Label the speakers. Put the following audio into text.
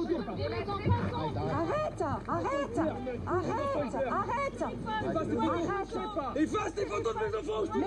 Speaker 1: Arrête Arrête Arrête Arrête Arrête
Speaker 2: Efface les photos de mes enfants, je te